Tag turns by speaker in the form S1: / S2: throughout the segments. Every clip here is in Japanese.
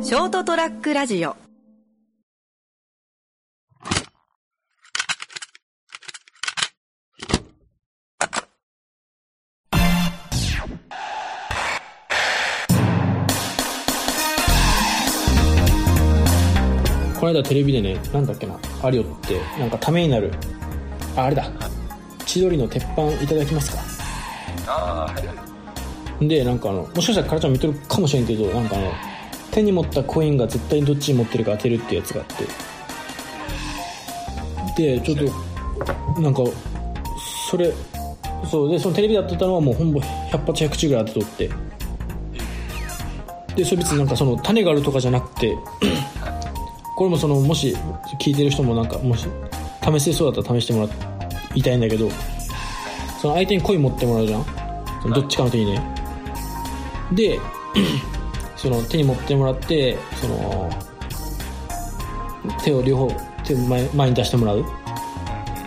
S1: ショートトラックラジオ
S2: この間テレビでねなんだっけなアリオってなんかためになるああれだ千鳥の鉄板いただきますか
S3: ああ、はいはい。
S2: でなんかあのもしかしたらカラちゃん見とるかもしれんけどなんかあの手に持ったコインが絶対にどっちに持ってるか当てるってやつがあってでちょっとなんかそれそうでそのテレビでやってたのはもうほぼ100発100中ぐらい当てとってでそれ別になんかその種があるとかじゃなくてこれもそのもし聞いてる人もなんかもし試せそうだったら試してもらいたいんだけどその相手にコイン持ってもらうじゃんそのどっちかの手にねで その手に持ってもらってその手を両方手を前前に出してもらう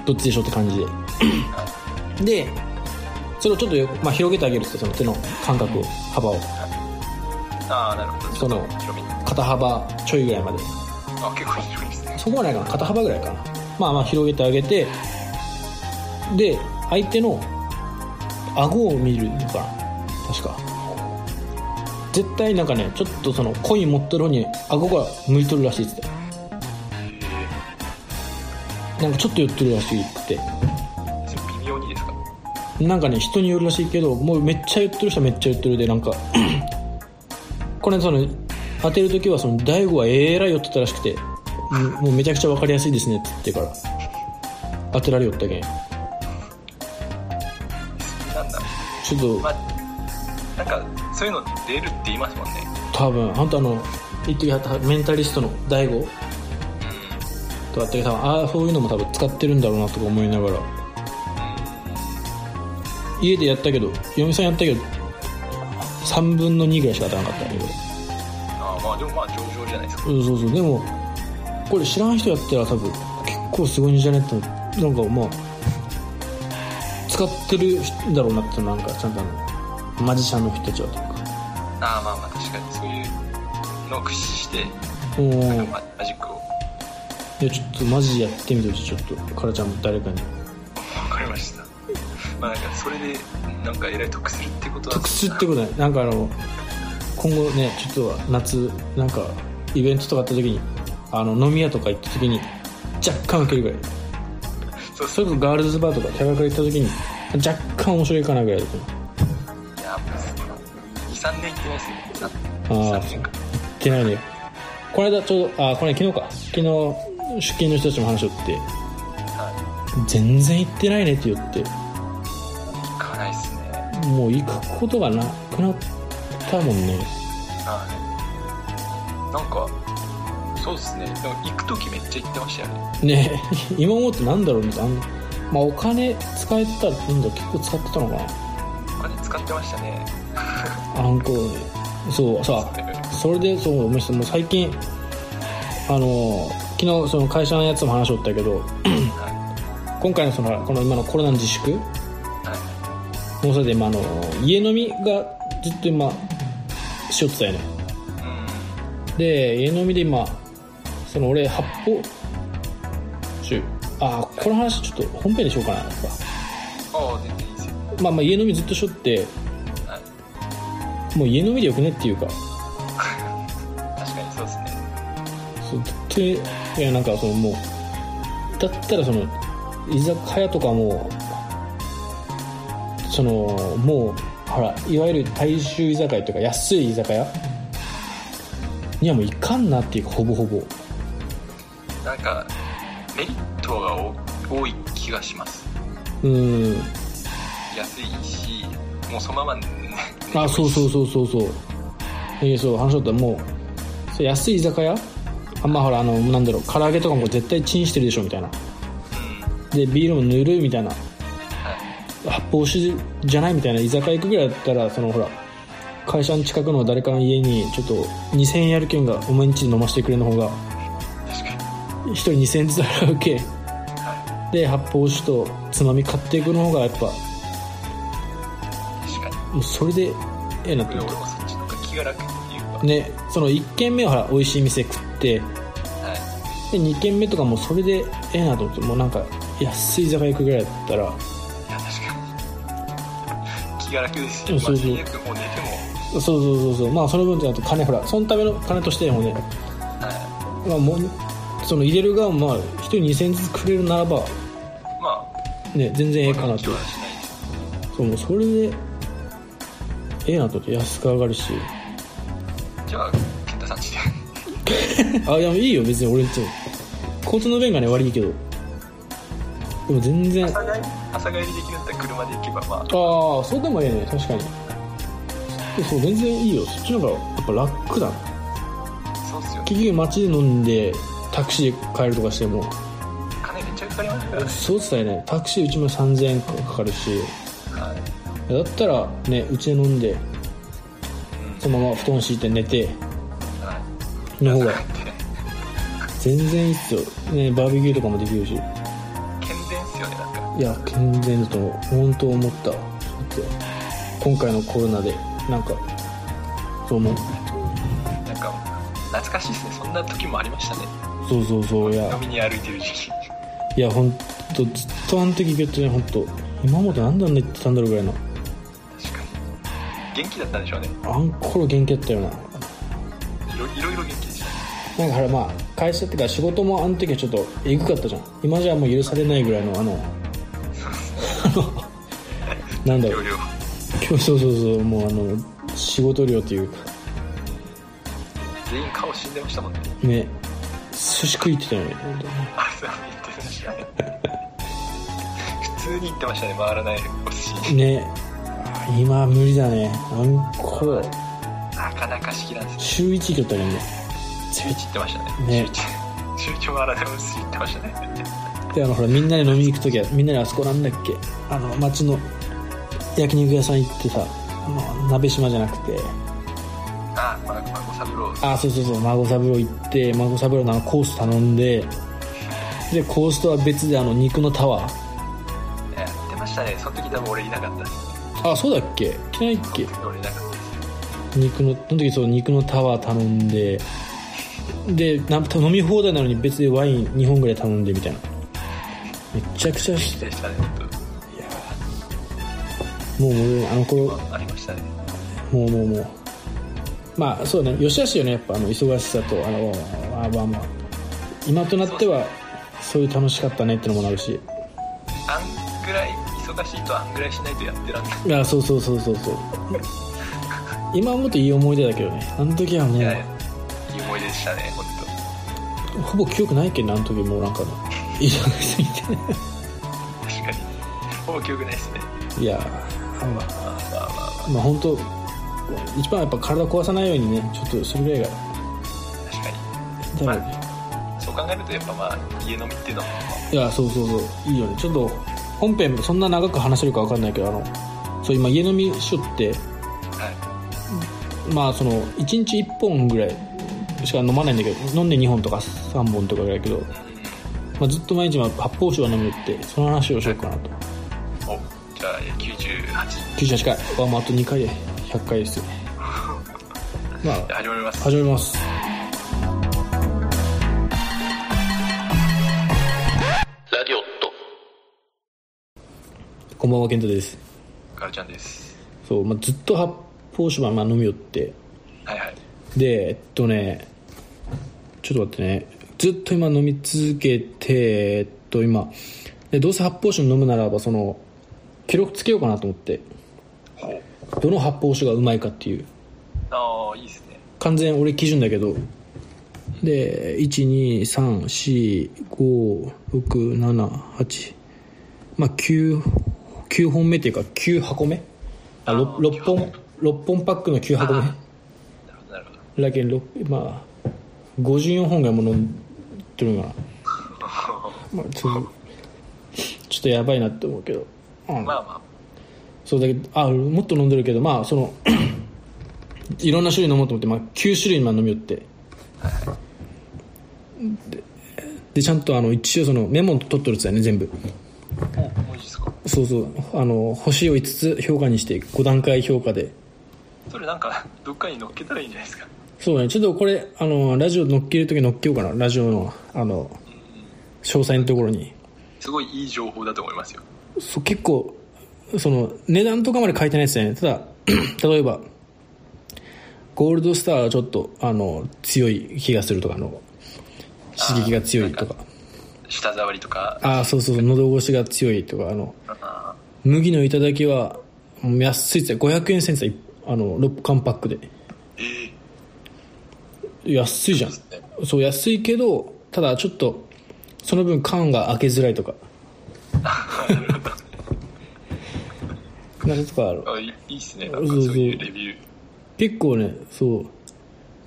S2: どっちでしょうって感じででそれをちょっとよ、まあ、広げてあげるってその手の間隔を幅を
S3: ああ、なるほ
S2: そ
S3: ど。
S2: の
S3: 広めに。
S2: 肩幅ちょいぐらいまで
S3: あ、結構広いですね。
S2: そこはないかな肩幅ぐらいかなまあまあ広げてあげてで相手の顎を見るのかな確か絶対なんかねちょっとそのコイン持ってる方に顎が向いとるらしいっつってなんかちょっと寄ってるらしいって
S3: それ微妙にですか
S2: なんかね人によるらしいけどもうめっちゃ言ってる人はめっちゃ言ってるでなんか これその当てる時はその大悟はえらい寄ってたらしくてうんもうめちゃくちゃ分かりやすいですねって言ってから当てられよったけん
S3: なんだ
S2: ちょっと
S3: まあ、なんか、そういうの出るって言いますもんね。
S2: 多分本当あの言ってきはったメンタリストの大悟とかって多分ああそういうのも多分使ってるんだろうなとか思いながら家でやったけど嫁さんやったけど3分の2ぐらいしか当たらなかったんだけど
S3: ああ、まあでもまあ上々じゃないですか。
S2: うんそうそうでもこれ知らん人やったら多分結構すごいんじゃねってなんかまあ使ってるんだろうなってなんかちゃんとあのマジシャンの人たちはとか
S3: ああ、まあまあ確かにそういうのを駆使して、
S2: うん
S3: なんかママジックを。
S2: いやちょっとマジやってみてほしいちょっとカラちゃんも誰かに
S3: わかりました。まあなんか、それで、なんか偉い得するってことは。
S2: 特殊ってことねなんかあの今後ねちょっと夏なんかイベントとかあった時にあの飲み屋とか行った時に若干受けるぐらい
S3: そう
S2: そ
S3: そう。
S2: れこそガールズバーとかキャバクラ行った時に若干面白いかなぐらいだと思う
S3: いや、もうそんな2、3年行ってますよ。
S2: あ
S3: 2、
S2: あ
S3: 3年か。
S2: 行ってないねこの間ちょうどあこれ昨日か昨日出勤の人たちも話しとって
S3: は
S2: 全然行ってないねって言って
S3: い。行かないっすね。
S2: もう行くことがなくなったもんね
S3: はい。なんか、そうですね。でも行くときめっちゃ行ってましたよね。
S2: ねえ 今思うとなんだろうねあんまあお金使えてたらなんだ結構使ってたのか
S3: お金使ってましたね。
S2: なあんこそうさ
S3: それ
S2: それでそう思いましたもう最近あの昨日その会社のやつも話しとったけど
S3: は
S2: 今回のそのこの今のコロナの自粛
S3: い。はい。
S2: もうそれで今あの家飲みがずっと今しよってたよね
S3: うん。
S2: で家飲みで今その俺発泡酒あーこの話ちょっと本編でしようかなやっ
S3: ああ、全然いいですよ。
S2: ぱまあまあ家飲みずっとしよって
S3: はい。
S2: もう家飲みでよくねっていうか
S3: 確かにそうですね。
S2: そうていやなんかそのもうだったらその居酒屋とかもそのもうほらいわゆる大衆居酒屋というか安い居酒屋にはもういかんなっていうかほぼほぼ
S3: なんか、メリットがお多い気がします。
S2: うん
S3: 安いし、もうそのまま、ね、
S2: あそうそう
S3: う。
S2: そうそうそうえーそう話しとったらもうそう安い居酒屋あんまあほらあのなんだろう唐揚げとかも絶対チンしてるでしょみたいな
S3: うん。
S2: でビールもぬるいみたいな
S3: はい。
S2: 発泡酒じゃないみたいな居酒屋行くぐらいだったらそのほら会社の近くの誰かの家にちょっと2000円やる券がお前んちで飲ませてくれの方が
S3: 確かに。
S2: 1人2000円ずつ払うけ
S3: は
S2: で発泡酒とつまみ買っていくの方がやっぱ
S3: い。確かに。
S2: もうそれでええなと
S3: 俺
S2: 思って
S3: もそっちの方が気が楽っていうか、は
S2: ねその1軒目はほら美味しい店食って
S3: は
S2: で2軒目とかもそれでええなと思ってもうなんか安い居酒屋行くぐらいだったら
S3: いいや確かに気が楽です
S2: う
S3: よ
S2: ん
S3: ま
S2: そうそ
S3: あ
S2: う
S3: 最悪もう寝て
S2: そ
S3: も
S2: うそうそうそうまあその分ちゃんと金ほらそのための金としてもね、
S3: は
S2: まあ、もうその入れる側もまあ1人2000円ずつくれるならば
S3: いまあ
S2: ね全然ええかな
S3: 気
S2: と
S3: はしないです
S2: そうもうそれでええなと思って安く上がるし
S3: じゃあ健太さんちで
S2: あいやいいよ別に俺んちも交通の便がね悪いけどでも全然
S3: 朝帰り朝帰りできるんだったら車で行けばまあ
S2: ああそれでもええね確かにそうそう全然いいよそっちの方がやっぱ楽だな
S3: そうっすよね
S2: 結局街で飲んでタクシーで帰るとかしても
S3: 金めっちゃかかりますからね
S2: そうっつったらねタクシーうちも3000円かかるし
S3: はい
S2: だったらねうちで飲んでそのまま布団敷いて寝て
S3: はい
S2: の方が
S3: 朝帰って
S2: 全然いいっすよ、ね、バーベキューとかもできるしい
S3: 健全っすよねなんか
S2: や健全だと思う本当思っただって今回のコロナでなんかそう思う
S3: なんか懐かしいですねそんな時もありましたね
S2: そうそうそういや
S3: 飲みに歩いてる時期
S2: いや本当ずっとあの時言ってね本当今まで何であんな言ってたんだろうぐらいの
S3: 確かに元気だったんでしょうね
S2: あん頃元気だったよない
S3: ろいろいろ元気でした
S2: なんかほらまあ会社っていうか仕事もあの時はちょっとえぐかったじゃん今じゃもう許されないぐらいのあのあのなんだろ
S3: 容
S2: う
S3: 量
S2: 今日そうそうそうもうあの仕事量というか
S3: 全員顔死んでましたもんね
S2: ね寿司食いってたよね本当に
S3: あれさ言ってましたね普通に言ってましたね回らないお寿司
S2: ねあー今は無理だねあん頃
S3: なかなかしきなんですね
S2: 週1行ったけどね
S3: 週一言ってましたね
S2: ね
S3: 週一週一回らないお寿司言ってましたね
S2: であのほらみんなで飲みに行く時はみんなであそこなんだっけあの町の焼肉屋さん行ってさあの鍋島じゃなくて
S3: あまあまあご三郎
S2: あそうそうそう孫三郎行って孫三郎のあのコース頼んででコースとは別であの肉のタワー
S3: やってましたねその時多分俺いなかったです
S2: あそうだっけ来てないっけ
S3: 俺いなかったです
S2: 肉のその時そう肉のタワー頼んででな飲み放題なのに別でワイン2本ぐらい頼んでみたいなめちゃくちゃして
S3: でしたね
S2: も
S3: 本
S2: う俺あの頃
S3: 当ありましたね
S2: もうもうもうまあそうねよしあしよねやっぱあの忙しさとあのまあまあまあ今となってはそういう楽しかったねってのもなるし
S3: あんぐらい忙しいとあんぐらいしないとやってらんない
S2: いやそうそうそうそうそう今思うといい思い出だけどねあの時はも
S3: いやいうい思い出でしたね本
S2: ほぼ記憶ないけんねあの時もうなんかね忙しすぎてね
S3: 当確かにほぼ記憶ないですね
S2: いやーま
S3: まあまあまあま
S2: あまあ本当一番やっぱ体壊さないようにねちょっとするぐらいが
S3: あ確か
S2: だからね
S3: にそう考えるとやっぱまあ家飲みっていうのも
S2: いやそうそうそういいよねちょっと本編そんな長く話せるか分かんないけどあのそう今家飲みしょって
S3: は
S2: まあその1日1本ぐらいしか飲まないんだけど飲んで2本とか3本とかぐらいだけど、まあ、ずっと毎日まあ発泡酒を飲むよってその話をしようかなと
S3: いおじゃあ98
S2: 98回はもうあと2回で100回ですよねまあ
S3: で始まります
S2: 始まります
S3: ラディオット
S2: こんばんは健太です
S3: カルちゃんです
S2: そう、まあ、ずっと発泡酒はまあ飲みよって
S3: はいはい
S2: でえっとねちょっと待ってねずっと今飲み続けてえっと今でどうせ発泡酒飲むならばその記録つけようかなと思ってどの発泡酒がうまいかっていう
S3: ああいいですね
S2: 完全俺基準だけどで123456789まあ 9, 9本目っていうか9箱目あ 6, 6本6本パックの9箱目
S3: なるほどなるほど
S2: だけどろくまあ54本ぐらいも飲んでるのかな、まあ、ちょっとちょっとやばいなって思うけど、うん
S3: まあま
S2: そうだけどあもっと飲んでるけどまあその いろんな種類飲もうと思って、まあ、9種類今飲みよってででちゃんとあの一応そのメモ取っとるやつだよね全部
S3: あおもういいですか
S2: そうそうあの星を5つ評価にして5段階評価で
S3: それなんかどっかに乗っけたらいいんじゃないですか
S2: そうねちょっとこれあのラジオ乗っける時乗っけようかなラジオのあの詳細のところに
S3: すごいいい情報だと思いますよ
S2: そう結構その値段とかまで書いてないですねただ 例えばゴールドスターはちょっとあの強い気がするとかあの刺激が強いとか
S3: 舌触りとか
S2: ああーそうそうそう喉越しが強いとかあの
S3: あ
S2: 麦の頂きはもう安いっすね500円センサーあの6缶パックで
S3: えー
S2: 安いじゃんそう安いけどただちょっとその分缶が開けづらい とかなんとかある
S3: あいいいいっすねなんか
S2: そ
S3: そうう
S2: そう
S3: いうレビュー
S2: 結構ねそう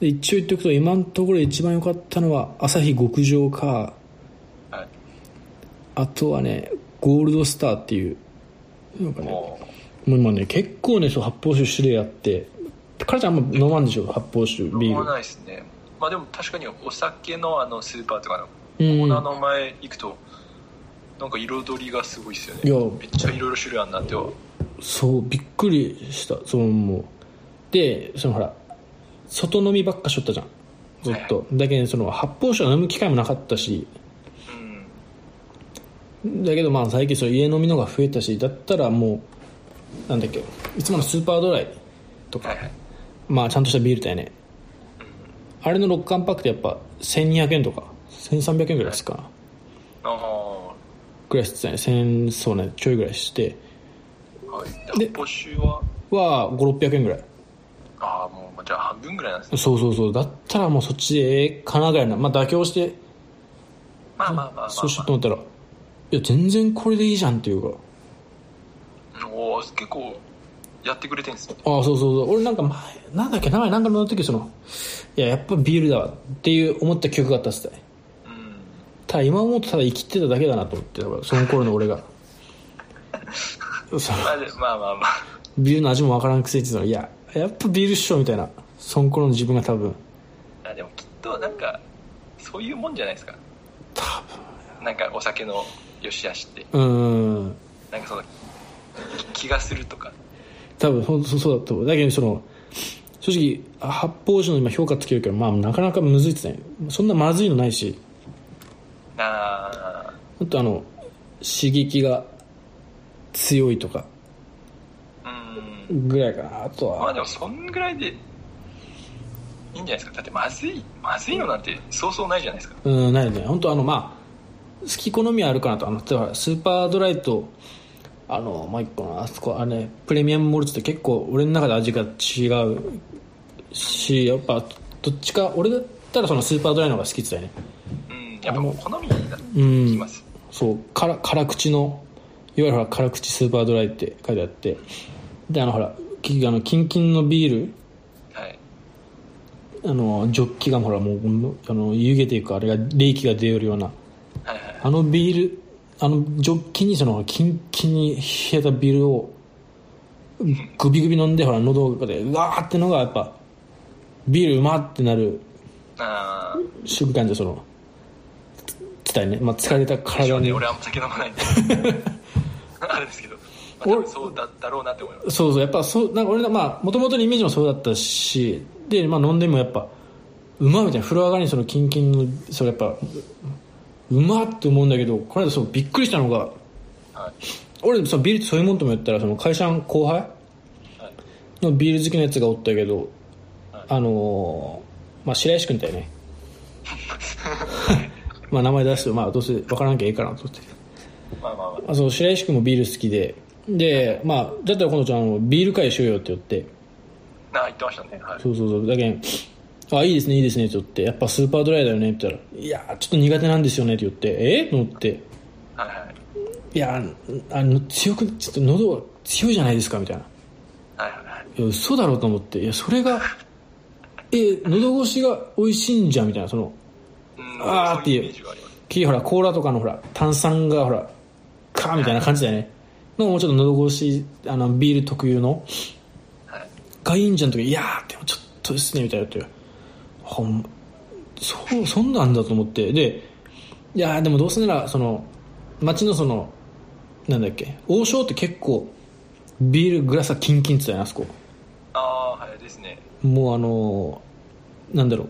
S2: で一応言っておくと今のところ一番良かったのは朝日極上か
S3: はい
S2: あとはねゴールドスターっていうなんかねも
S3: も
S2: う今ね結構ねそう発泡酒種類あって彼ちゃんあんま飲まんでしょ発泡酒
S3: う
S2: ビ
S3: 飲ま
S2: ー
S3: ないっすねまあでも確かにお酒のあのスーパーとかの
S2: ル
S3: コ
S2: う
S3: ー
S2: ん
S3: ナーの前行くとなんか彩りがすごいっすよ
S2: い
S3: ね
S2: や
S3: めっちゃいろいろ種類あんなっては
S2: そうびっくりしたそのもうでそのほら外飲みばっかしょったじゃんずっとだけどその発泡酒を飲む機会もなかったし
S3: うん
S2: だけどまあ最近そう家飲みのが増えたしだったらもうなんだっけいつものスーパードライとか
S3: はいはい
S2: まあちゃんとしたビールだよねあれの6缶パックってやっぱ1200円とか1300円ぐらいですか
S3: あ
S2: ぐらいしてたよね1000そうねちょいぐらいして
S3: あはい
S2: で
S3: で募集は
S2: は5600円ぐらい
S3: ああもうじゃあ半分ぐらいなんですね
S2: そうそうそうだったらもうそっちでええかなぐらいなまあ妥協して
S3: まあまあまあまあ、まあ、
S2: そうしようと思ったらいや全然これでいいじゃんっていうか
S3: おー結構やってくれてんすね
S2: ああそうそうそう俺なんか前なんだっけ名前なんかの時そのいややっぱビールだわっていう思った記憶があったっすね
S3: うん
S2: ただ今思うとただ生きてただけだなと思ってだからその頃の俺がそう
S3: まあでまあまあまあ
S2: ビールの味もわからんくせにって言ってたのいややっぱビールっしょみたいなその頃の自分が多分
S3: いやでもきっとなんかそういうもんじゃないですかなんかお酒の良し悪しって
S2: うーん
S3: なんかそのき気がするとか
S2: 多分ほんとそうそうだと思うだけどその正直発泡酒の今評価つけるけどまあなかなかむずいっすねそんなまずいのないし
S3: あ
S2: あとあの刺激が強いとか
S3: あうん
S2: ぐらいかなあと
S3: まあで
S2: は
S3: もそんぐらいでいいんじゃないですかだってまずいまずいのなんてそうそうないじゃないですか
S2: うんないね本当あのまあ好き好みはあるかなとあの例えばスーパードライとあのもう一個のあそこあれプレミアムモルツって結構俺の中で味が違うしやっぱどっちか俺だったらそのスーパードライの方が好きって言ってたよね
S3: うんやっぱ
S2: あの
S3: 好みになって
S2: うん
S3: きます
S2: そうから辛口のいわゆるほら辛口スーパードライって書いてあってであのほらきあのキンキンのビール
S3: はい
S2: あのジョッキがほらもうもうあの湯気ていくあれが冷気が出るような
S3: はいはい
S2: あのビールあのジョッキにそのキンキンに冷えたビールをグビグビ飲んでほら喉でうわーってのがやっぱビールうまってなる
S3: あ
S2: 瞬間でそのつ伝えね、まあ、疲れた
S3: あ一
S2: 体
S3: 応ね
S2: に
S3: 俺あんま酒飲まな いんであれですけど、まあ、
S2: 俺
S3: 多分そうだだろうなって思います
S2: そうそうやっぱそうなんか俺のまあもともとのイメージもそうだったしで、まあ、飲んでもやっぱうまいみたいな風呂上がりにそのキンキンのそれやっぱうまって思うんだけどこの間そうびっくりしたのが
S3: は
S2: 俺そのビールってそういうもんとも言ったらその会社の後輩
S3: い、はい、
S2: のビール好きなやつがおったけど、
S3: はい
S2: あのーまあ、白石君だ よねまあ名前出すと、まあ、どうせ分からなきゃいいかなと思って、
S3: まあまあまあ
S2: まあ、そう白石君もビール好きでで、まあ、だったら今度ちゃんあのビール会しようよって言って
S3: なあ言ってましたねはい
S2: そうそうそうだけんあいいですねいいですねって言ってやっぱスーパードライだよねって言ったらいやーちょっと苦手なんですよねって言ってえと思って
S3: はいはい
S2: いやーあの強くちょっと喉強いじゃないですかみたいな
S3: はいはいはい
S2: いや嘘だろうと思っていやそれがえ喉越しが美味しいんじゃんみたいなその
S3: うん
S2: あー
S3: そういうイメージがあります
S2: きほらコーラとかのほら炭酸がほらカーみたいな感じだよねのもうちょっと喉越しあのビール特有の
S3: はい
S2: がいいんじゃんとかいやーでもちょっとですねみたいなってほんそうそんなんだと思ってでいやーでもどうせならその街のそのなんだっけ王将って結構ビールグラスはキンキンって言ったよねあそこ
S3: ああはいですね
S2: もうあのなんだろ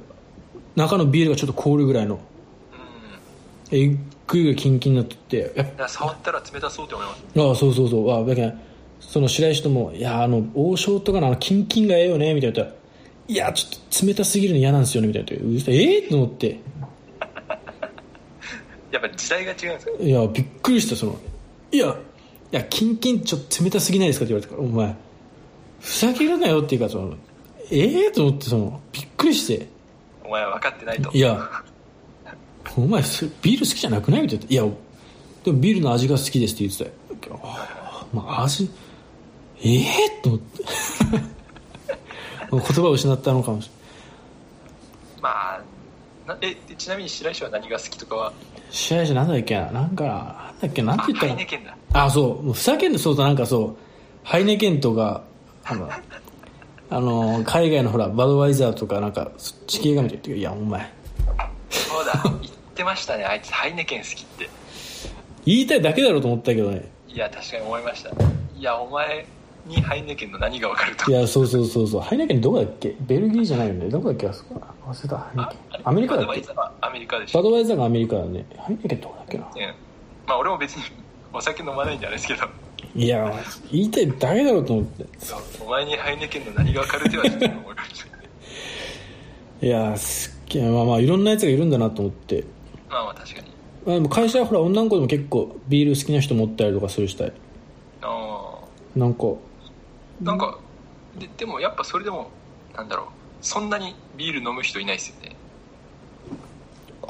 S2: う中のビールがちょっと凍るぐらいのえっぐいぐいキンキンになっててやっ
S3: だから触ったら冷たそうって思います
S2: ああそうそうそうあだけどその白石とも「いやあの王将とかのあのキンキンがええよね」みたいな言ったら「いやちょっと冷たすぎるの嫌なんですよね」みたいな言って「ええー?」と思って
S3: やっぱ時代が違うんですよ
S2: いやびっくりしたその「いやいやキンキンちょっと冷たすぎないですか?」って言われたから「お前ふざけるなよ」っていうかその「ええと思ってそのびっくりして
S3: お前は分かってないと
S2: 「いやお前それビール好きじゃなくない?」みたいな「いやでもビールの味が好きです」って言ってたよああまあ味ええと思って言葉を失ったのかもしれない
S3: まあなえちなみに白石は何が好きとかは
S2: 試合じゃなんだっけななんかななんだっけな
S3: あ
S2: なんて言った
S3: ハ
S2: ら
S3: イネケンだ
S2: あ、そう。もうふざけんでそうとなんかそう、ハイネケンとか、あの、あの海外のほら、バドワイザーとかなんか、そ地形が見てるいや、お前、
S3: そうだ言ってましたねあいつハイネケン好きって
S2: 言いたいだけだろうと思ったけどね。
S3: いや確かに思いましたいやお前にハイネケンの何が分かると
S2: いや、そうそうそうそう。ハイネケンどこだっけベルギーじゃないよね。どこだっけあそこかな忘れた。ハイネ
S3: あ
S2: ケン。アメリカだ
S3: バ
S2: っ
S3: ドワ
S2: け
S3: イザーはアメリカでしょ
S2: バドワイザーがアメリカだね。ハイネケンどこだっけな
S3: うんまあ俺も別にお酒飲まないんじゃないですけど
S2: いや、言いたいだけだろうと思って。
S3: お前にハイネケンの何が分かるってはちょっと思いました
S2: いや、すっげえ。まあまあ、いろんなやつがいるんだなと思って。
S3: まあまあ確かに
S2: まあ、でも会社はほら、女の子でも結構ビール好きな人持ったりとかするしたい。
S3: あ
S2: なんか、
S3: ーなんかででもやっぱそれでもなんだろうそんなにビール飲む人いないですよね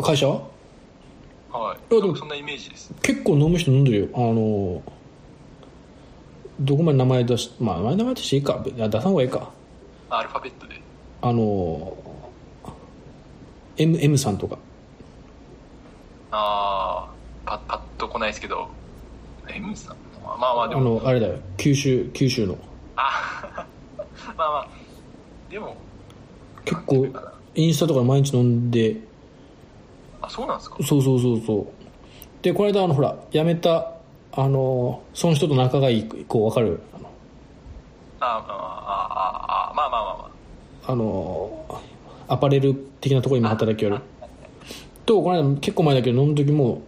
S2: 会社
S3: はい
S2: でも
S3: なんかそんなイメージです
S2: 結構飲む人飲んでるよあのどこまで名前出しまあ名前名前出していいかいや出さん方がいいか
S3: あアルファベットで
S2: あの M, M さんとか
S3: ああパパッと来ないですけど M さんまあまあ
S2: あ
S3: でも
S2: のあれだよ九州九州の
S3: あまあまあでも
S2: 結
S3: なん
S2: 構
S3: ていうかな
S2: インスタとかで毎日飲んで
S3: あそうなんですか
S2: そうそうそうそうでこの間あのほら辞めたあのその人と仲がいい子わかるあの
S3: ああああああまあまあまあまあ
S2: あのアパレル的なところ今働きよるとこの間結構前だけど飲む時も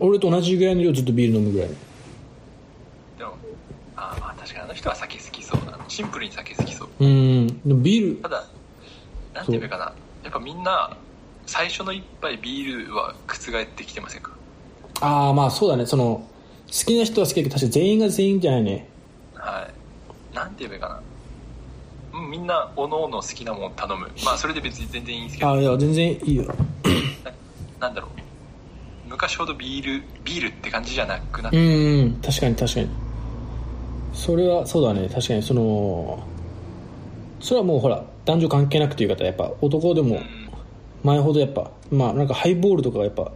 S2: 俺と同じぐらいの量ずっとビール飲むぐらい
S3: でもあーまあ確かにあの人は酒好きそうなシンプルに酒好きそう
S2: うんでもビール
S3: ただなんていうかなやっぱみんな最初の一杯ビールは覆ってきてませんか
S2: ああまあそうだねその好きな人は好きだけど確か全員が全員じゃないね
S3: はいなんて言えばいいかなうんみんなおのおの好きなもん頼むまあそれで別に全然いいんですけ
S2: あ
S3: ど
S2: あいや全然いいよ
S3: ななんだろう昔ほどビールビールって感じじゃなくなっ
S2: う
S3: て、
S2: ん確かに確かにそれはそうだね確かにそのそれはもうほら男女関係なくという方やっぱ男で
S3: う
S2: も
S3: ん、
S2: 前ほどやっぱまあなんかハイボールとかはやっぱ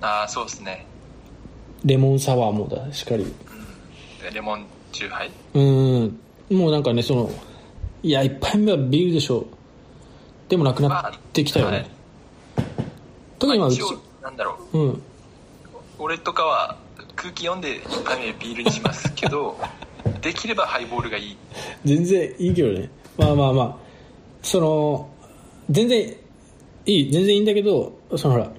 S3: ああそうですね、
S2: レモンサワーもだしっかり
S3: うん、でレモンチューハイ
S2: うんもうなんかねそのいや一杯目はビールでしょうでもなくなってきたよね、
S3: まあ
S2: 特に今うち
S3: 一、応なんだろう
S2: うん、
S3: 俺とかは空気読んで1杯目ビールにします けどできればハイボールがいい
S2: 全然いいけどねまあまあまあその全然いい全然いいんだけどそのほら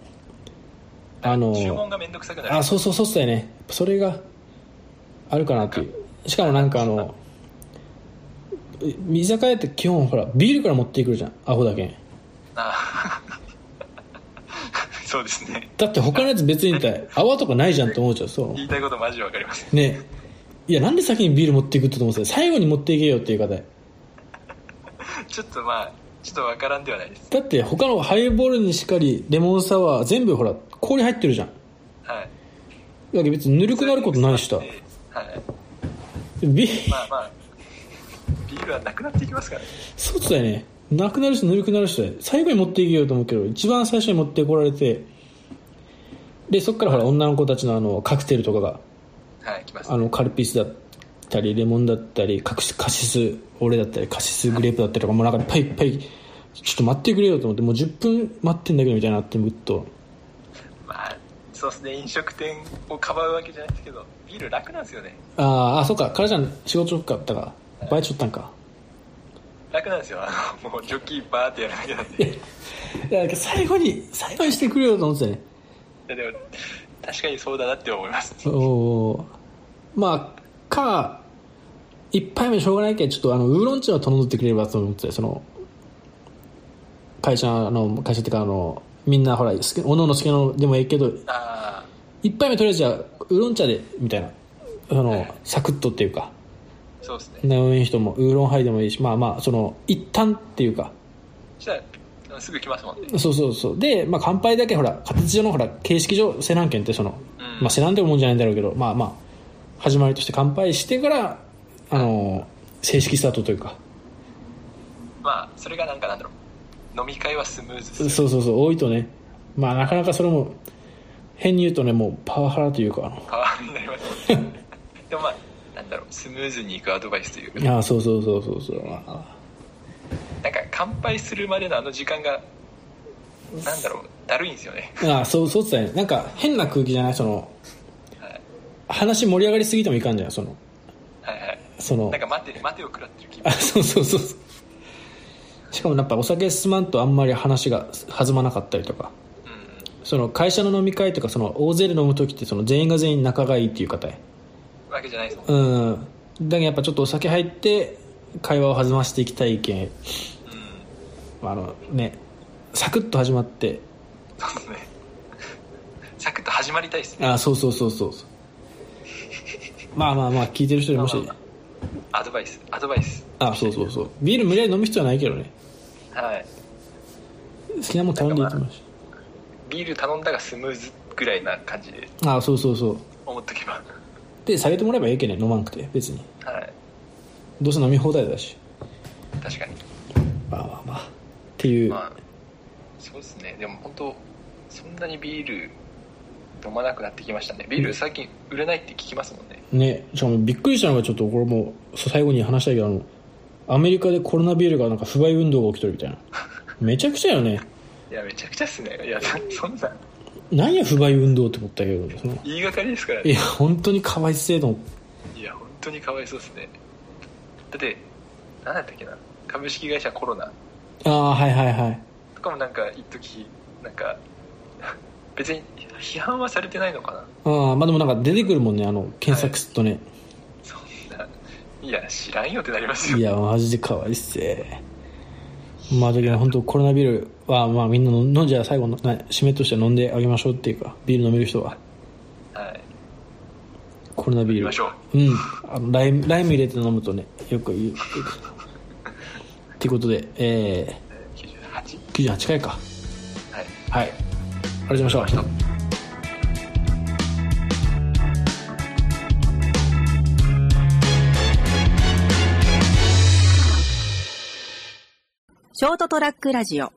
S2: あの
S3: 注文がめんどくさくな
S2: あ
S3: る
S2: そうそうそうっすよねやっぱそれがあるかなっていうしかもなんかあの居酒屋って基本ほらビールから持ってくるじゃんアホだけん
S3: あ そうですね
S2: だって他のやつ別に言ったら泡とかないじゃんって思っちゃうそう
S3: 言いたいことマジわかりません
S2: ねいやなんで先にビール持っていくって思ってた最後に持っていけよっていう方だ
S3: ちょっとまあちょっとわからんではないです
S2: って他のハイボールにしかりレモンサワー全部ほら氷入ってるじゃん
S3: はい
S2: だけど別にぬるくなることないしだ
S3: はい
S2: ビール
S3: まあまあビールはなくなっていきますからね
S2: そうだよねなくなるしぬるくなるしだよ最後に持っていけようと思うけど一番最初に持ってこられてでそっからほら女の子たちのあのカクテルとかが
S3: はい来ます
S2: あのカルピスだったりレモンだったりカクシカシスオレだったりカシスグレープだったりとかもうなんかパイパイちょっと待ってくれよと思ってもう10分待ってんだけどみたいになってぐっと
S3: まあそうですね飲食店をかばうわけじゃないですけどビール楽なんですよね
S2: あーあそっかカラちゃん仕事かったからバイトしとったんか
S3: い楽なんですよあのもうジョッキーバーってやるだけなん でい
S2: いやなんか最後に最後にしてくれよと思ってたね
S3: やでも確かにそうだなって思います
S2: おおまあか一杯目しょうがないけどちょっとあのウーロン茶を頼んでってくれればと思ってたよその会社の会社っていうかあのみんなほら好きおのおの好きなのでもええけど
S3: ああ
S2: 一杯目とりあえずじゃあウーロン茶でみたいなあのサクッとっていうか
S3: そうですね
S2: 飲める人もウーロンハイでもいいしまあまあその一旦っていうか
S3: そしたらすぐ来ますもんね
S2: そうそうそうで、まあ、乾杯だけほら形上のほら形式上セナン県ってその、
S3: うん
S2: まあ、セナンでももんじゃないんだろうけどまあまあ始まりとして乾杯してからあの正式スタートというか
S3: まあそれがなんかなんだろう飲み会はスムーズ
S2: そう
S3: です
S2: そうそう多いとねまあなかなかそれも変に言うとねもうパワハラというかあの
S3: パワーになり ますねでもまあなんだろうスムーズにいくアドバイスというか
S2: ああそうそうそうそうそうあ
S3: なんか乾杯するまでのあの時間がなんだろうだるいんですよね
S2: あそうそうってたねなんか変な空気じゃないその
S3: はい
S2: 話盛り上がりすぎてもいかんじゃんその
S3: はいはい
S2: その
S3: なんか待て待てを食らってる気分
S2: あそうそうそうそうしかもやっぱお酒進まんとあんまり話が弾まなかったりとか
S3: うん
S2: その会社の飲み会とかその大勢で飲む時ってその全員が全員仲がいいっていう方や
S3: わけじゃないですもん、
S2: うんだけどやっぱちょっとお酒入って会話を弾ましていきたいけん
S3: うん、
S2: あのねサクッと始まって
S3: そうですね サクッと始まりたいですね
S2: あそうそうそうそうまあまあまあ聞いてる人にもし
S3: まあまあアドバイスアドバイス
S2: あそうそうそうビール無理やり飲む必要はないけどね
S3: はい
S2: 好きなもん頼んでいいと思うし
S3: ビール頼んだがスムーズぐらいな感じで
S2: あそうそうそう
S3: 思っとけば
S2: で下げてもらえばええけんね飲まんくて別に
S3: はい
S2: どうせ飲み放題だし
S3: 確かに
S2: まあまあまあっていう、
S3: まあそうですねでも本当そんなにビール飲まなくなってきましたねビール最近売れないって聞きますもんね
S2: ねしかもびっくりしたのがちょっとこれもう最後に話したいけどあのアメリカでコロナビールがなんか不買運動が起きてるみたいなめちゃくちゃよね
S3: いやめちゃくちゃっすねいやそんな
S2: 何や不買運動って思ったけどその
S3: 言いがかりですから
S2: い
S3: ね
S2: や本当にかわいせえと思って
S3: いや本当にかわいそうですねだって何だったっけな株式会社コロナ
S2: ああはいはいはい
S3: とかもなんか一時なんか 別に批判はされてないのかな
S2: ああまあでもなんか出てくるもんねあの検索するとね、
S3: そんないや知らんよってなりますよ
S2: い、やマジでかわいっせまあだけど本当コロナビールはまあみんな飲ん飲んじゃあ最後のな締めとして飲んであげましょうっていうかビール飲める人は
S3: はい、
S2: コロナビール
S3: 行きましょう
S2: うんあのライムライム入れて飲むとねよく言うってことでえ
S3: 98
S2: ー、98回かは
S3: はい
S2: いありがとうございました
S1: ショートトラックラジオ